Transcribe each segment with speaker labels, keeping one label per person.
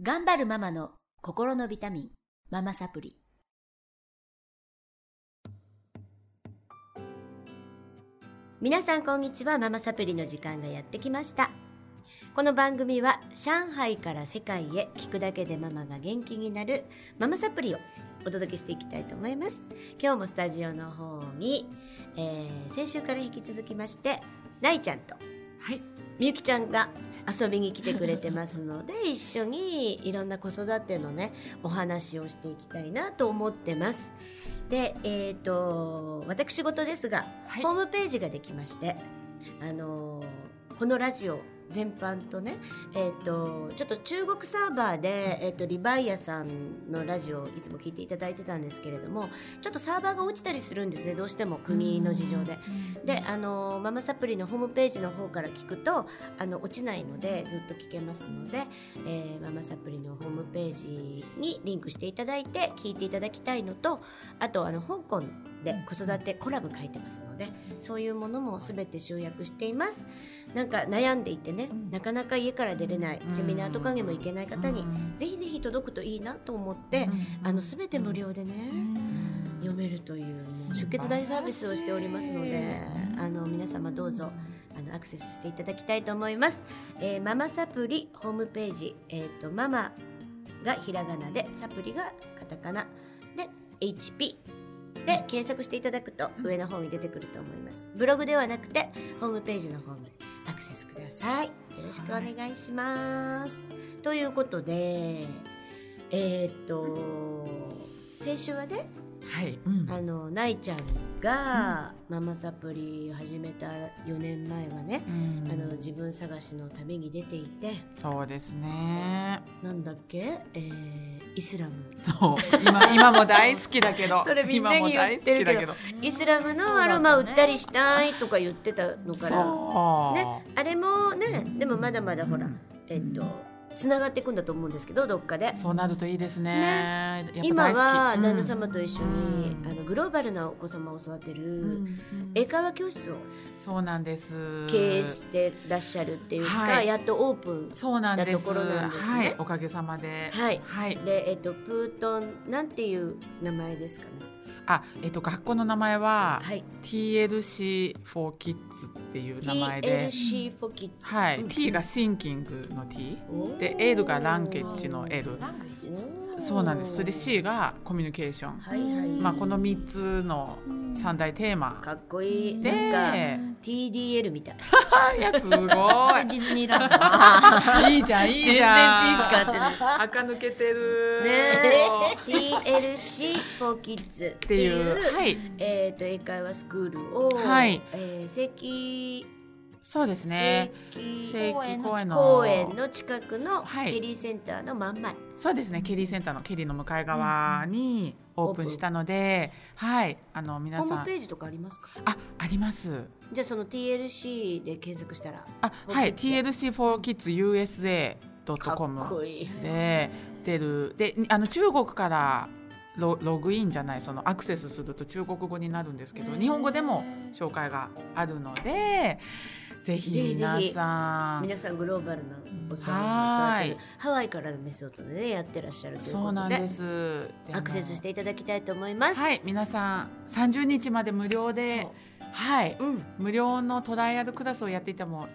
Speaker 1: 頑張るママの心のビタミン、ママサプリ。皆さんこんにちは、ママサプリの時間がやってきました。この番組は上海から世界へ聞くだけでママが元気になるママサプリをお届けしていきたいと思います。今日もスタジオの方に、えー先週から引き続きまして、ないちゃんと
Speaker 2: はい、
Speaker 1: みゆきちゃんが遊びに来てくれてますので一緒にいろんな子育てのねお話をしていきたいなと思ってます。で、えー、と私事ですが、
Speaker 2: はい
Speaker 1: ホームページができまして、あのーこのラジオ全般とね、えー、とちょっと中国サーバーで、えー、とリバイアさんのラジオをいつも聞いていただいてたんですけれどもちょっとサーバーが落ちたりするんですねどうしても国の事情で。であのママサプリのホームページの方から聞くとあの落ちないのでずっと聞けますので、えーママサプリのホームページにリンクしていただいて聞いていただきたいのとあとあの香港で子育てコラム書いてますのでそういうものも全て集約していますなんか悩んでいてね
Speaker 2: うん
Speaker 1: なかなか家から出れないセミナーとかにも行けない方に
Speaker 2: うん
Speaker 1: ぜひぜひ届くといいなと思ってあの全て無料でね、読めるというもう出血大サービスをしておりますのであの皆様どうぞあのアクセスしていただきたいと思います、えーママサプリホームページ、えー、とママがひらがなでサプリがカタカナで HP で検索していただくと上の方に出てくると思いますブログではなくてホームページの方にアクセスくださいよろしくお願いします、ということでえっ、と先週はね
Speaker 2: はい、
Speaker 1: あのないちゃんがママサプリを始めた4年前はね、
Speaker 2: うん
Speaker 1: あの自分探しの旅に出ていて
Speaker 2: そうですね。
Speaker 1: なんだっけ、えーイスラム
Speaker 2: そう、今今も大好きだけど、
Speaker 1: それみんなに言ってるけど
Speaker 2: 今も
Speaker 1: イスラムのアロマ売ったりしたいとか言ってたの
Speaker 2: 大好きだ
Speaker 1: か
Speaker 2: けど。
Speaker 1: ら、
Speaker 2: そ
Speaker 1: ね、あれもねでもまだまだほら、
Speaker 2: うん
Speaker 1: えっとつながっていくんだと思うんですけどどっかで
Speaker 2: う、。そうなるといいですね。やっぱ
Speaker 1: 今
Speaker 2: 大好き
Speaker 1: は旦那
Speaker 2: うん
Speaker 1: 様と一緒に、
Speaker 2: うん
Speaker 1: あのグローバルなお子様を育て
Speaker 2: う
Speaker 1: る
Speaker 2: ん
Speaker 1: 英会話教室を
Speaker 2: そうなんです。
Speaker 1: 経営してらっしゃるっていうか、
Speaker 2: はい
Speaker 1: やっとオープン
Speaker 2: そうなんです。
Speaker 1: したところなんですね
Speaker 2: はい、おかげさまで。
Speaker 1: はい
Speaker 2: はい。
Speaker 1: で、えっと、プートンなんていう名前ですかね。
Speaker 2: あ、えっと学校の名前は
Speaker 1: はい。
Speaker 2: TLC for Kids っていう名前で。
Speaker 1: TLC フォキッズ。
Speaker 2: は
Speaker 1: う
Speaker 2: い、
Speaker 1: ん
Speaker 2: T がシンキングの T
Speaker 1: おー
Speaker 2: で L がランゲッジの L
Speaker 3: ラングエージ
Speaker 2: そうなんですそれで C
Speaker 1: が。
Speaker 2: がコミュニケーション、
Speaker 1: はいはい。
Speaker 2: まあ、この3つの3大テーマ
Speaker 1: かっこいい。
Speaker 2: で
Speaker 1: なんか TDL みた い。
Speaker 2: いやすご
Speaker 3: ディズニーラン
Speaker 2: いいいじゃんいい
Speaker 1: 全
Speaker 2: じゃん
Speaker 1: 然 T しか合ってない。ね
Speaker 2: 垢抜けてる
Speaker 1: え。TLC フォキッズっ
Speaker 2: ってて
Speaker 1: い
Speaker 2: いう
Speaker 1: う。
Speaker 2: はい
Speaker 1: えっと英会話スクールを、
Speaker 2: はい
Speaker 1: えー、関
Speaker 2: そうですね
Speaker 1: 関
Speaker 2: 正規公園の
Speaker 1: 公園の近くの
Speaker 2: はい
Speaker 1: ケリーセンターの真ん前、
Speaker 2: そうですねケリーセンターのケリーの向かい側にオープンしたので、はいあの皆
Speaker 1: ホ
Speaker 2: さ
Speaker 1: ーム
Speaker 2: ん
Speaker 1: ページとかありますか
Speaker 2: ああります
Speaker 1: じゃあその TLC で検索したら
Speaker 2: あはい
Speaker 1: Kids
Speaker 2: TLC4KidsUSA.com
Speaker 1: かっこいい。
Speaker 2: で出るであの中国からロログインじゃないそのアクセスすると中国語になるんですけど
Speaker 3: へー
Speaker 2: 日本語でも紹介があるのでぜひ
Speaker 1: ぜひぜ
Speaker 2: 皆
Speaker 1: ひ
Speaker 2: さん
Speaker 1: 皆さんグローバルなお子さん
Speaker 2: は
Speaker 1: を
Speaker 2: ーい
Speaker 1: 育てるハワイからのメソッドでねやってらっしゃるという
Speaker 2: そう
Speaker 1: こ
Speaker 2: な
Speaker 1: と
Speaker 2: ん
Speaker 1: で
Speaker 2: ですであの
Speaker 1: アクセスしていただきたいと思います。
Speaker 2: はい皆さん30日まで無料で
Speaker 1: そ
Speaker 2: はい、
Speaker 1: ううん
Speaker 2: 無料のトライアルクラスをやっていても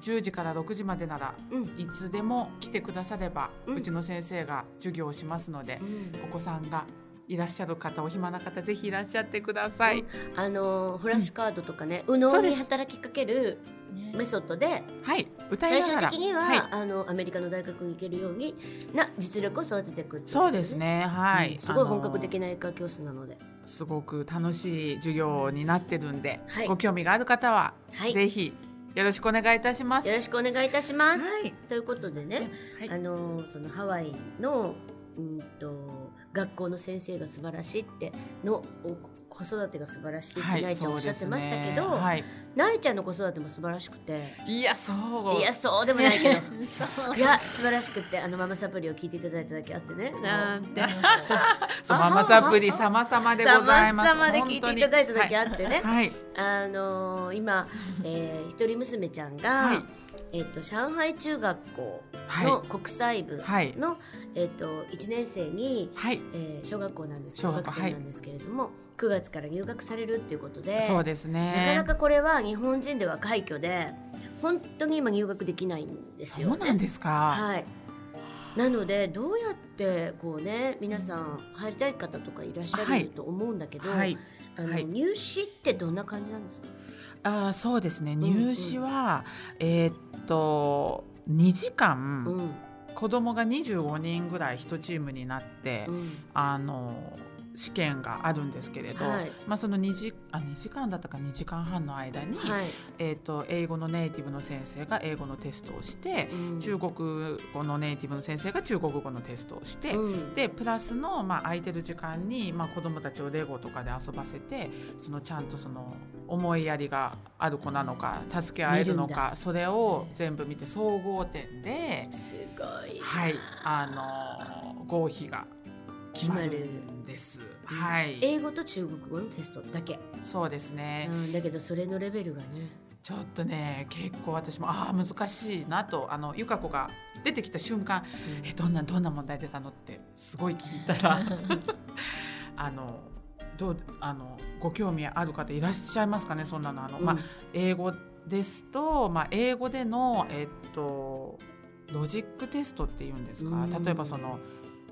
Speaker 2: 10時から6時までなら
Speaker 1: うん
Speaker 2: いつでも来てくだされば、
Speaker 1: う
Speaker 2: うんちの先生が授業をしますので
Speaker 1: う、ん
Speaker 2: お子さんがいらっしゃる方お暇な方ぜひいらっしゃってください、
Speaker 1: あのーフラッシュカードとかね、右
Speaker 2: そ
Speaker 1: 脳
Speaker 2: う
Speaker 1: に
Speaker 2: です
Speaker 1: 働きかける
Speaker 3: ね
Speaker 1: メソッドで
Speaker 2: はい歌
Speaker 1: 最
Speaker 2: いな
Speaker 1: 終
Speaker 2: がら
Speaker 1: 的には、
Speaker 2: い、
Speaker 1: あのアメリカの大学に行けるようにな実力を育てていくってい
Speaker 2: そうですねはい、
Speaker 1: うんすごい
Speaker 2: あの
Speaker 1: 本格的な英会話教室なので、
Speaker 2: すごく楽しい授業になってるんで、
Speaker 1: はい
Speaker 2: ご興味がある方は、
Speaker 1: はい
Speaker 2: ぜひよろしくお願いいたします
Speaker 1: よろしくお願いいたします。
Speaker 2: はい
Speaker 1: ということでね、
Speaker 2: はい
Speaker 1: あのそのハワイのうんと学校の先生が素晴らしいってのお子育てが素晴らしいって、
Speaker 2: はい
Speaker 1: ないちゃんおっしゃってましたけど、
Speaker 2: そうですねはい、
Speaker 1: ないちゃんの子育ても素晴らしくて。
Speaker 2: いやそう
Speaker 1: いやそうでもないけ どいや素晴らしくってあのママサプリを聞いていただいただけあってねなんて
Speaker 2: そう
Speaker 1: あ
Speaker 2: ママサプリ様々でございます
Speaker 1: 様々で聞いていただいただけあ
Speaker 2: 本
Speaker 1: って
Speaker 2: 当
Speaker 1: ね
Speaker 2: にはい、はい
Speaker 1: あのー今、えー、一人娘ちゃんが、
Speaker 2: はい
Speaker 1: えっと上海中学校の国際部の、
Speaker 2: はい
Speaker 1: えっと1年生に、
Speaker 2: はい、
Speaker 1: えー小学校なんです
Speaker 2: 小
Speaker 1: 小
Speaker 2: 学
Speaker 1: 学
Speaker 2: 校
Speaker 1: 生なんですけれども、9月から入学されるっていうことで
Speaker 2: そうです
Speaker 1: なかな
Speaker 2: ね。
Speaker 1: かこれは日本人では快挙で本当に今入学できないんですよ、
Speaker 2: そうなんですか。
Speaker 1: はい。なのでどうやってこうね皆さん入りたい方とかいらっしゃ
Speaker 2: はい
Speaker 1: ると思うんだけど、
Speaker 2: はい、
Speaker 1: あの
Speaker 2: はい
Speaker 1: 入試ってどんな感じなんですか？
Speaker 2: あーそうですね。
Speaker 1: ん
Speaker 2: 入試は、えーっと2時間、
Speaker 1: うん
Speaker 2: 子供が25人ぐらい1チームになって、
Speaker 1: うん
Speaker 2: あの試験があるんですけれど、
Speaker 1: はい
Speaker 2: まあその2時あ2時間だったか2時間半の間に、
Speaker 1: はい
Speaker 2: えーっと英語のネイティブの先生が英語のテストをして、
Speaker 1: うん
Speaker 2: 中国語のネイティブの先生が中国語のテストをして、
Speaker 1: うん
Speaker 2: でプラスの、まあ、空いてる時間に、まあ、子どもたちをレゴとかで遊ばせてそのちゃんとその思いやりがある子なのか助け合えるの
Speaker 1: 見る
Speaker 2: かそれを全部見て総合点で、
Speaker 1: すごいな。
Speaker 2: はい、あの合否が決まる
Speaker 1: 決
Speaker 2: んです。はい、
Speaker 1: 英語と中国語のテストだけ。
Speaker 2: そうですね、
Speaker 1: うんだけどそれのレベルがね。
Speaker 2: ちょっとね結構私もああ難しいなとあのゆか子が出てきた瞬間「えどんなどんな問題出たの?」ってすごい聞いた らあのどうあのご興味ある方いらっしゃいますかねそんなのあの、
Speaker 1: うん
Speaker 2: まあ、英語ですと、まあ、英語での、えっと、ロジックテストっていうんですか、
Speaker 1: うん
Speaker 2: 例えばその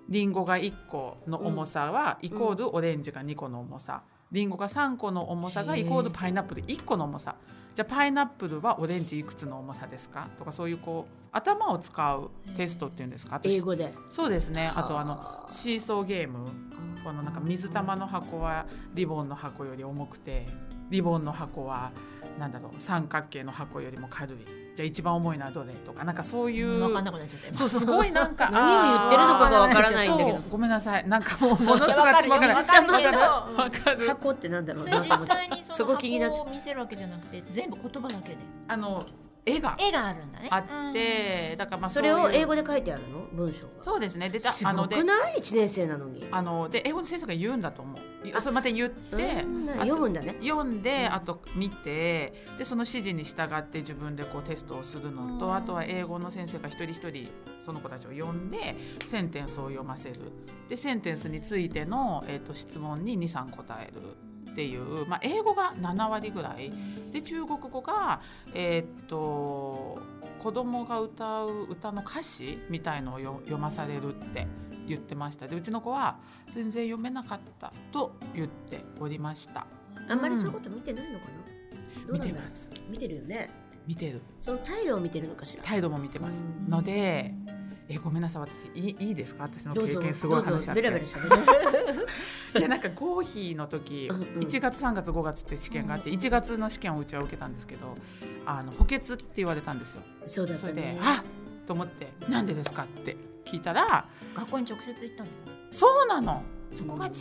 Speaker 2: リンゴが1個の重さは、イコールオレンジが2個の重さリンゴが3個の重さが
Speaker 1: へー
Speaker 2: イコールパイナップル1個の重さじゃあパイナップルはオレンジいくつの重さですかとかそういうこう頭を使うテストっていうんですか、私
Speaker 1: 英語で。
Speaker 2: そうですね
Speaker 1: はあ
Speaker 2: あとあのシーソーゲームこのなんか水玉の箱はリボンの箱より重くてリボンの箱はなんだろう三角形の箱よりも軽いじゃあ一番重いのはどれとかなんかそういう
Speaker 3: 分かんなくなっちゃった今
Speaker 2: そうすごいなん か
Speaker 1: 何を言ってるのかがわからないんだけど
Speaker 2: あーそうごめんなさいなんかもうものすごい
Speaker 3: いやわかるよ
Speaker 2: わ
Speaker 3: 水玉
Speaker 2: わかる
Speaker 3: だけど
Speaker 2: わかる
Speaker 1: 箱ってなんだろう
Speaker 3: それ
Speaker 1: なと思
Speaker 3: 実
Speaker 1: って
Speaker 3: 際にそ
Speaker 1: そ
Speaker 3: の
Speaker 1: こ気になっちゃ
Speaker 3: 箱
Speaker 1: っ
Speaker 3: を見せるわけじゃなくて全部言葉だけで
Speaker 2: あの絵が
Speaker 3: 絵があるんだね
Speaker 2: あってだからまあ
Speaker 1: それ
Speaker 2: う
Speaker 1: を
Speaker 2: いう
Speaker 1: 英語で書いてあるの文章が。
Speaker 2: そうですねですあ
Speaker 1: ご
Speaker 2: ので
Speaker 1: くない一年生なのに。
Speaker 2: あので英語の先生が言うんだと思ういそれまた言って
Speaker 1: うん
Speaker 2: あと
Speaker 1: 読むんだね。
Speaker 2: 読んで、
Speaker 1: うん
Speaker 2: あと見てでその指示に従って自分でこうテストをするのと、
Speaker 3: うん
Speaker 2: あとは英語の先生が一人一人その子たちを呼んでセンテンスを読ませるでセンテンスについての、えー、と質問に23答えるっていう、まあ、英語が7割ぐらいで中国語が、えー、と子供が歌う歌の歌詞みたいのをよ読まされるって言ってましたでうちの子は全然読めなかったと言っておりました。
Speaker 1: あんまりそういうこと見てないのかな。どう
Speaker 2: 見
Speaker 1: なん
Speaker 2: て
Speaker 1: だろう
Speaker 2: ます
Speaker 1: 見てるよね。
Speaker 2: 見てる
Speaker 1: その態度を見てるのかしら。
Speaker 2: 態度も見てます
Speaker 1: うん
Speaker 2: のでえごめんなさい私いいいいですか私の
Speaker 1: どう
Speaker 2: 経
Speaker 1: ぞ
Speaker 2: 験す
Speaker 1: ど
Speaker 2: ごいう話
Speaker 1: ぞ
Speaker 2: あっ
Speaker 1: ベラベラ
Speaker 2: て
Speaker 1: 喋 る。
Speaker 2: いやなんか合否の時
Speaker 1: うんうん
Speaker 2: 1月3月5月って試験があって1月の試験をうちは受けたんですけどあの補欠って言われたんですよ
Speaker 1: そうだった
Speaker 2: それで
Speaker 1: ね。
Speaker 2: あと思ってなんでですかって聞いたら
Speaker 3: 学校に直接行ったんだよね
Speaker 2: そうなの
Speaker 3: そこが違う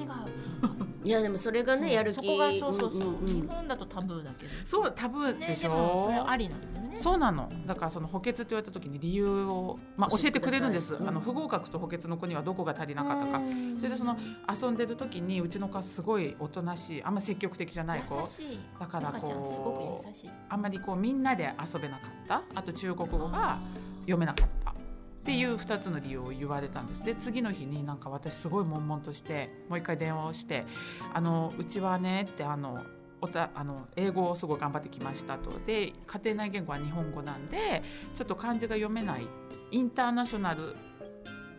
Speaker 1: いやでもそれがねやる気。
Speaker 3: そこがそうそうそう、
Speaker 1: んんん
Speaker 3: 日本だとタブーだけど
Speaker 2: そうタブー
Speaker 3: ね
Speaker 2: でし
Speaker 3: もそれ
Speaker 2: ょ
Speaker 3: ありなんだよね
Speaker 2: そうなのだからその補欠って言われた時に理由を、まあ、教えてくれるんです、
Speaker 1: 教えてください
Speaker 2: あの不合格と補欠の子にはどこが足りなかったか
Speaker 3: うん
Speaker 2: それでその遊んでる時にうちの子はすごいおとなしいあんま積極的じゃない子
Speaker 3: 優しい
Speaker 2: だから
Speaker 3: 赤ちゃんすご
Speaker 2: こ
Speaker 3: く優
Speaker 2: う
Speaker 3: しい
Speaker 2: あんまりこうみんなで遊べなかったあと中国語が読めなかったっていう2つの理由を言われたんですで次の日になんか私すごい悶々としてもう一回電話をして「あのうちはね」ってあのおたあの英語をすごい頑張ってきましたとで家庭内言語は日本語なんでちょっと漢字が読めないインターナショナル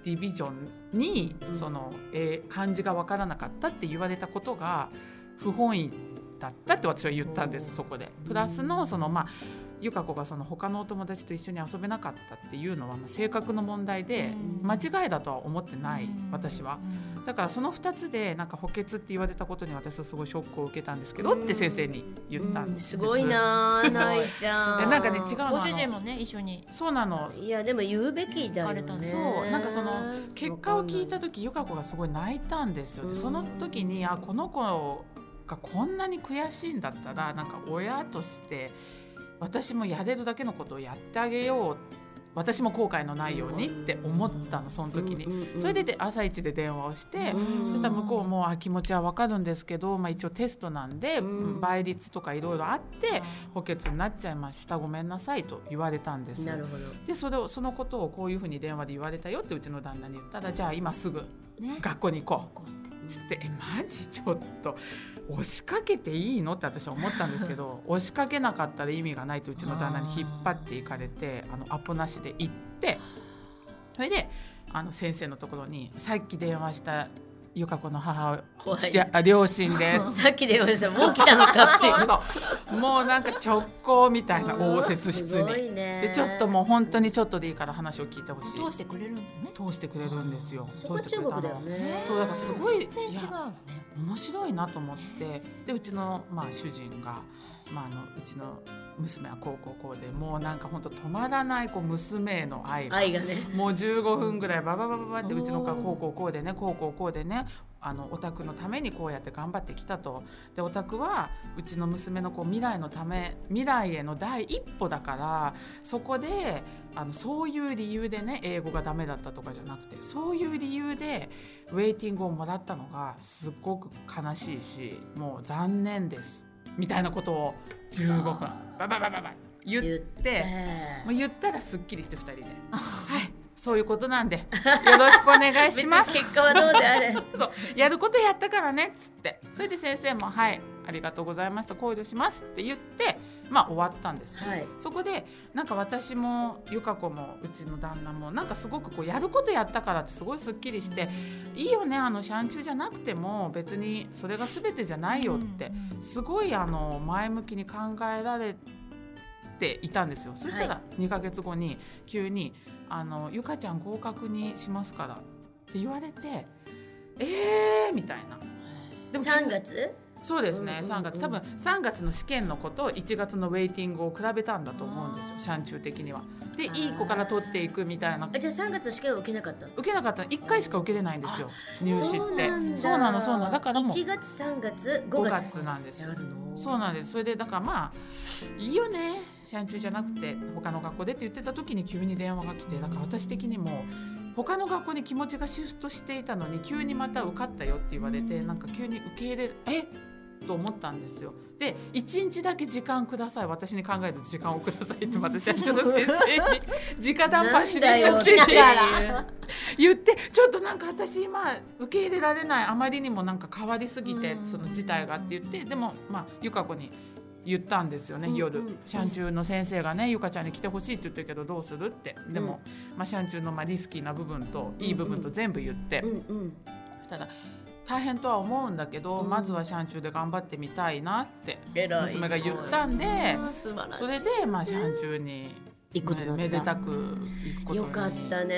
Speaker 2: ディビジョンに、
Speaker 1: うん
Speaker 2: その、えー漢字が分からなかったって言われたことが不本意だったって私は言ったんです、
Speaker 1: うん
Speaker 2: そこで。プラスのそのまあ由香子がその他のお友達と一緒に遊べなかったっていうのは、まあ、性格の問題で
Speaker 3: うん
Speaker 2: 間違いだとは思ってない、私は。
Speaker 3: うん
Speaker 2: だからその2つでなんか補欠って言われたことに私はすごいショックを受けたんですけどって先生に言ったん
Speaker 1: うん
Speaker 2: です。
Speaker 1: すごい なーないちゃ
Speaker 2: で
Speaker 1: ん。
Speaker 2: なんかね違うのあの
Speaker 3: ご主人もね一緒に
Speaker 2: そうなの
Speaker 1: いやでも言うべきだよ
Speaker 3: 行かれたん
Speaker 1: ね。
Speaker 3: だ
Speaker 2: そうなんかその結果を聞いた
Speaker 1: と
Speaker 2: 時由香子がすごい泣いたんですよ
Speaker 1: う
Speaker 2: で
Speaker 1: ん
Speaker 2: その時にあこの子がこんなに悔しいんだったらなんか親として私もやれるだけのことをやってあげよう私も後悔のないようにって思ったのその時に。それでで朝一で電話をして、
Speaker 1: うん
Speaker 2: そしたら向こうもあ気持ちはわかるんですけど、まあ、一応テストなんで、
Speaker 1: うん
Speaker 2: 倍率とかいろいろあって補欠になっちゃいましたごめんなさいと言われたんです
Speaker 1: なるほど
Speaker 2: でそれをそのことをこういうふうに電話で言われたよってうちの旦那に言ったらじゃあ今すぐ
Speaker 3: ね
Speaker 2: 学校に行こう
Speaker 3: こうって
Speaker 2: つって「えマジ ちょっと押しかけていいの?」って私は思ったんです けど押しかけなかったら意味がないとうちの旦那に引っ張っていかれてあのアポなしで行ってそれであの先生のところに「さっき電話した由香子の母
Speaker 1: 怖い
Speaker 2: 父あ両親で す」
Speaker 1: さっき電話したもう来たのかってい
Speaker 2: そううそうもうなんか直行みたいな応接
Speaker 1: す
Speaker 2: 室
Speaker 1: ご
Speaker 2: に。
Speaker 1: いね
Speaker 2: でちょっともう本当にちょっとでいいから話を聞いてほしい
Speaker 3: 通してくれるんだね
Speaker 2: 通してくれるんですよ
Speaker 1: そこは
Speaker 2: 通して
Speaker 1: 中
Speaker 2: くれたの
Speaker 1: 国だよね
Speaker 2: そうだからすごい
Speaker 3: 全然違うのね
Speaker 2: 面白いなと思ってでうちの、まあ、主人が、まあ、あのうちの娘はこうこうこうでもうなんか本当止まらないこう娘への愛が
Speaker 1: 愛がね
Speaker 2: もう15分ぐらいバババババって
Speaker 3: おー
Speaker 2: うちの子はこうこうこうでねこうこうこうでねあのオタクのためにこうやって頑張ってきたとでオタクはうちの娘のこう未来のため未来への第一歩だからそこであのそういう理由でね英語がダメだったとかじゃなくてそういう理由でウェイティングをもらったのがすっごく悲しいしもう残念ですみたいなことを15分ババババババ言
Speaker 1: 言
Speaker 2: っ
Speaker 1: ってて。
Speaker 2: もう言ったらすっきりして2人で「はいそういうことなんでよろしくお願いします」
Speaker 1: 別に結果はどうで あれ
Speaker 2: そうやることやったからね」っつってそれで先生も「はいありがとうございました考慮します」って言ってまあ終わったんです。
Speaker 1: はい
Speaker 2: そこでなんか私も由香子もうちの旦那もなんかすごくこうやることやったからってすごいすっきりして「いいよねあのシャンチューじゃなくても別にそれが全てじゃないよ」って
Speaker 3: うん
Speaker 2: すごいあの前向きに考えられていたんですよそしたら2ヶ月後に急に「あのゆかちゃん合格にしますから」って言われて「えー!」みたいな。でも
Speaker 1: 3月
Speaker 2: そうです
Speaker 1: うんうん
Speaker 2: ね、
Speaker 1: うん
Speaker 2: 3月多分3月の試験の子と1月のウェイティングを比べたんだと思うんですよ
Speaker 3: あー
Speaker 2: シャンチュー的には。で
Speaker 1: あ
Speaker 2: い
Speaker 1: ー
Speaker 2: い子から取っていくみたいな
Speaker 1: あじゃあ3月の試験を受けなかったの
Speaker 2: 受けなかったら1回しか受けれないんですよ入試
Speaker 1: そう
Speaker 2: っ
Speaker 1: な
Speaker 2: て
Speaker 1: んだ
Speaker 2: そうなのそうなのだからもう
Speaker 1: 1月3月5月
Speaker 2: 5月なんです
Speaker 1: やるの
Speaker 2: そうなんですそれでだからまあいいよねシャンチューじゃなくて他の学校でって言ってた時に急に電話が来てだから私的にも他の学校に気持ちがシフトしていたのに急にまた受かったよって言われてなんか急に受け入れえと思ったんですよで1日だけ時間ください私に考える時間をくださいって私はちょっと先生に直談判し
Speaker 1: な
Speaker 2: て
Speaker 1: んだよ
Speaker 2: 先
Speaker 1: だ
Speaker 2: 生に
Speaker 1: から
Speaker 2: 言ってちょっとなんか私今受け入れられないあまりにもなんか変わりすぎて
Speaker 3: うん
Speaker 2: その事態がって言ってでもまあ由香子に言ったんですよね、
Speaker 1: うん
Speaker 2: 夜
Speaker 1: うん
Speaker 2: シャンチューの先生がね由香ちゃんに来てほしいって言ってるけどどうするってでも、まあ、シャンチューのまあリスキーな部分といい部分と全部言って、
Speaker 1: うんうん
Speaker 2: そしたら大変とは思うんだけど、
Speaker 1: うん
Speaker 2: まずはシャンチューで頑張ってみたいなって
Speaker 1: 偉い
Speaker 2: 娘が言ったんで。
Speaker 3: うん素晴らし
Speaker 2: そ
Speaker 3: い
Speaker 2: れで、まあ、シャンチューに
Speaker 1: 行くことだった
Speaker 2: めでたく行くことに
Speaker 1: よかったね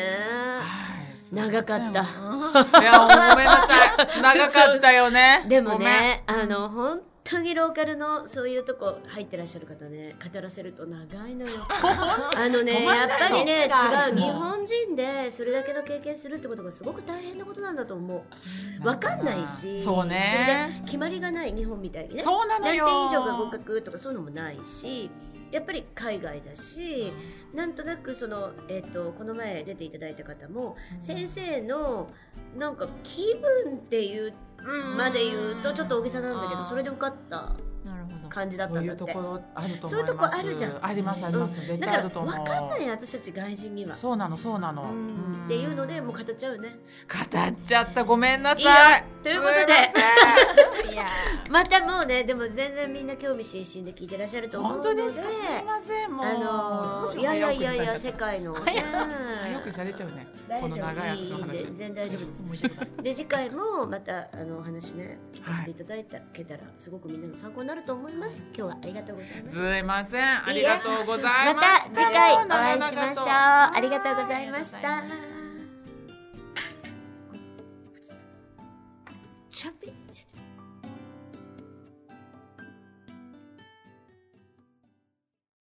Speaker 2: はい
Speaker 1: 長かった
Speaker 2: いや、ごめんなさ い。長かったよね。
Speaker 1: でもねあの本当にローカルのそういうとこ入ってらっしゃる方ね語らせると長いの よあのね
Speaker 2: 止ま
Speaker 1: や
Speaker 2: ん
Speaker 1: っ
Speaker 2: ない
Speaker 1: ぱ
Speaker 2: の
Speaker 1: りね違う日
Speaker 2: もう
Speaker 1: 本人でそれだけの経験するってことがすごく大変なことなんだと思うわかんないし
Speaker 2: そうね
Speaker 1: それで決まりがない日本みたいにね
Speaker 2: そうなの
Speaker 1: 何
Speaker 2: よ。
Speaker 1: 点以上が合格とかそういうのもないしやっぱり海外だしなんとなくその、えっとこの前出ていただいた方も先生のなんか気分っていうまで言うとちょっと大げさなんだけどそれで受かった
Speaker 3: なるほど
Speaker 1: 感じだった
Speaker 2: そうんい
Speaker 1: だ
Speaker 2: う
Speaker 1: っ
Speaker 2: と
Speaker 1: て
Speaker 2: ころあると思います。
Speaker 1: そういうとこあるじゃん
Speaker 2: ありますあります。
Speaker 1: うん
Speaker 2: 絶
Speaker 1: だ
Speaker 2: 対
Speaker 1: か
Speaker 2: あ
Speaker 1: ら
Speaker 2: ると思う。
Speaker 1: 分かんない私たち外人には。
Speaker 2: そうなのそうなの。
Speaker 1: うんっていうのでもう語っちゃうよね。
Speaker 2: 語っちゃったごめんない
Speaker 1: い
Speaker 2: さい
Speaker 1: よ。ということで
Speaker 2: ません
Speaker 3: いや
Speaker 1: またもうねでも全然みんな興味津々で聞いてらっしゃると 思うの
Speaker 2: 本
Speaker 1: で
Speaker 2: 当ですか。すいませんもう。
Speaker 1: あの
Speaker 2: どうし
Speaker 1: ー
Speaker 2: よう
Speaker 1: いやいやいやいや
Speaker 2: 早
Speaker 1: 世
Speaker 2: 送
Speaker 1: 界のね
Speaker 2: りされちゃうね。
Speaker 1: 大
Speaker 2: こ
Speaker 1: 丈
Speaker 2: の長い
Speaker 1: 夫い
Speaker 2: 私の
Speaker 1: い
Speaker 2: 話。
Speaker 1: 全然大丈夫です
Speaker 3: 面白かっ
Speaker 1: で次回もまたあのお話ね聞かせていただいたけたらすごくみんなの参考になると思います今日はありがとうございます
Speaker 2: すいませんありがとうござ
Speaker 1: ま
Speaker 2: いま
Speaker 1: た
Speaker 2: した。
Speaker 1: 次回お会いしましょうありがとうございまし
Speaker 3: は
Speaker 1: た
Speaker 3: いありがとうございまし
Speaker 1: チャピンして
Speaker 3: た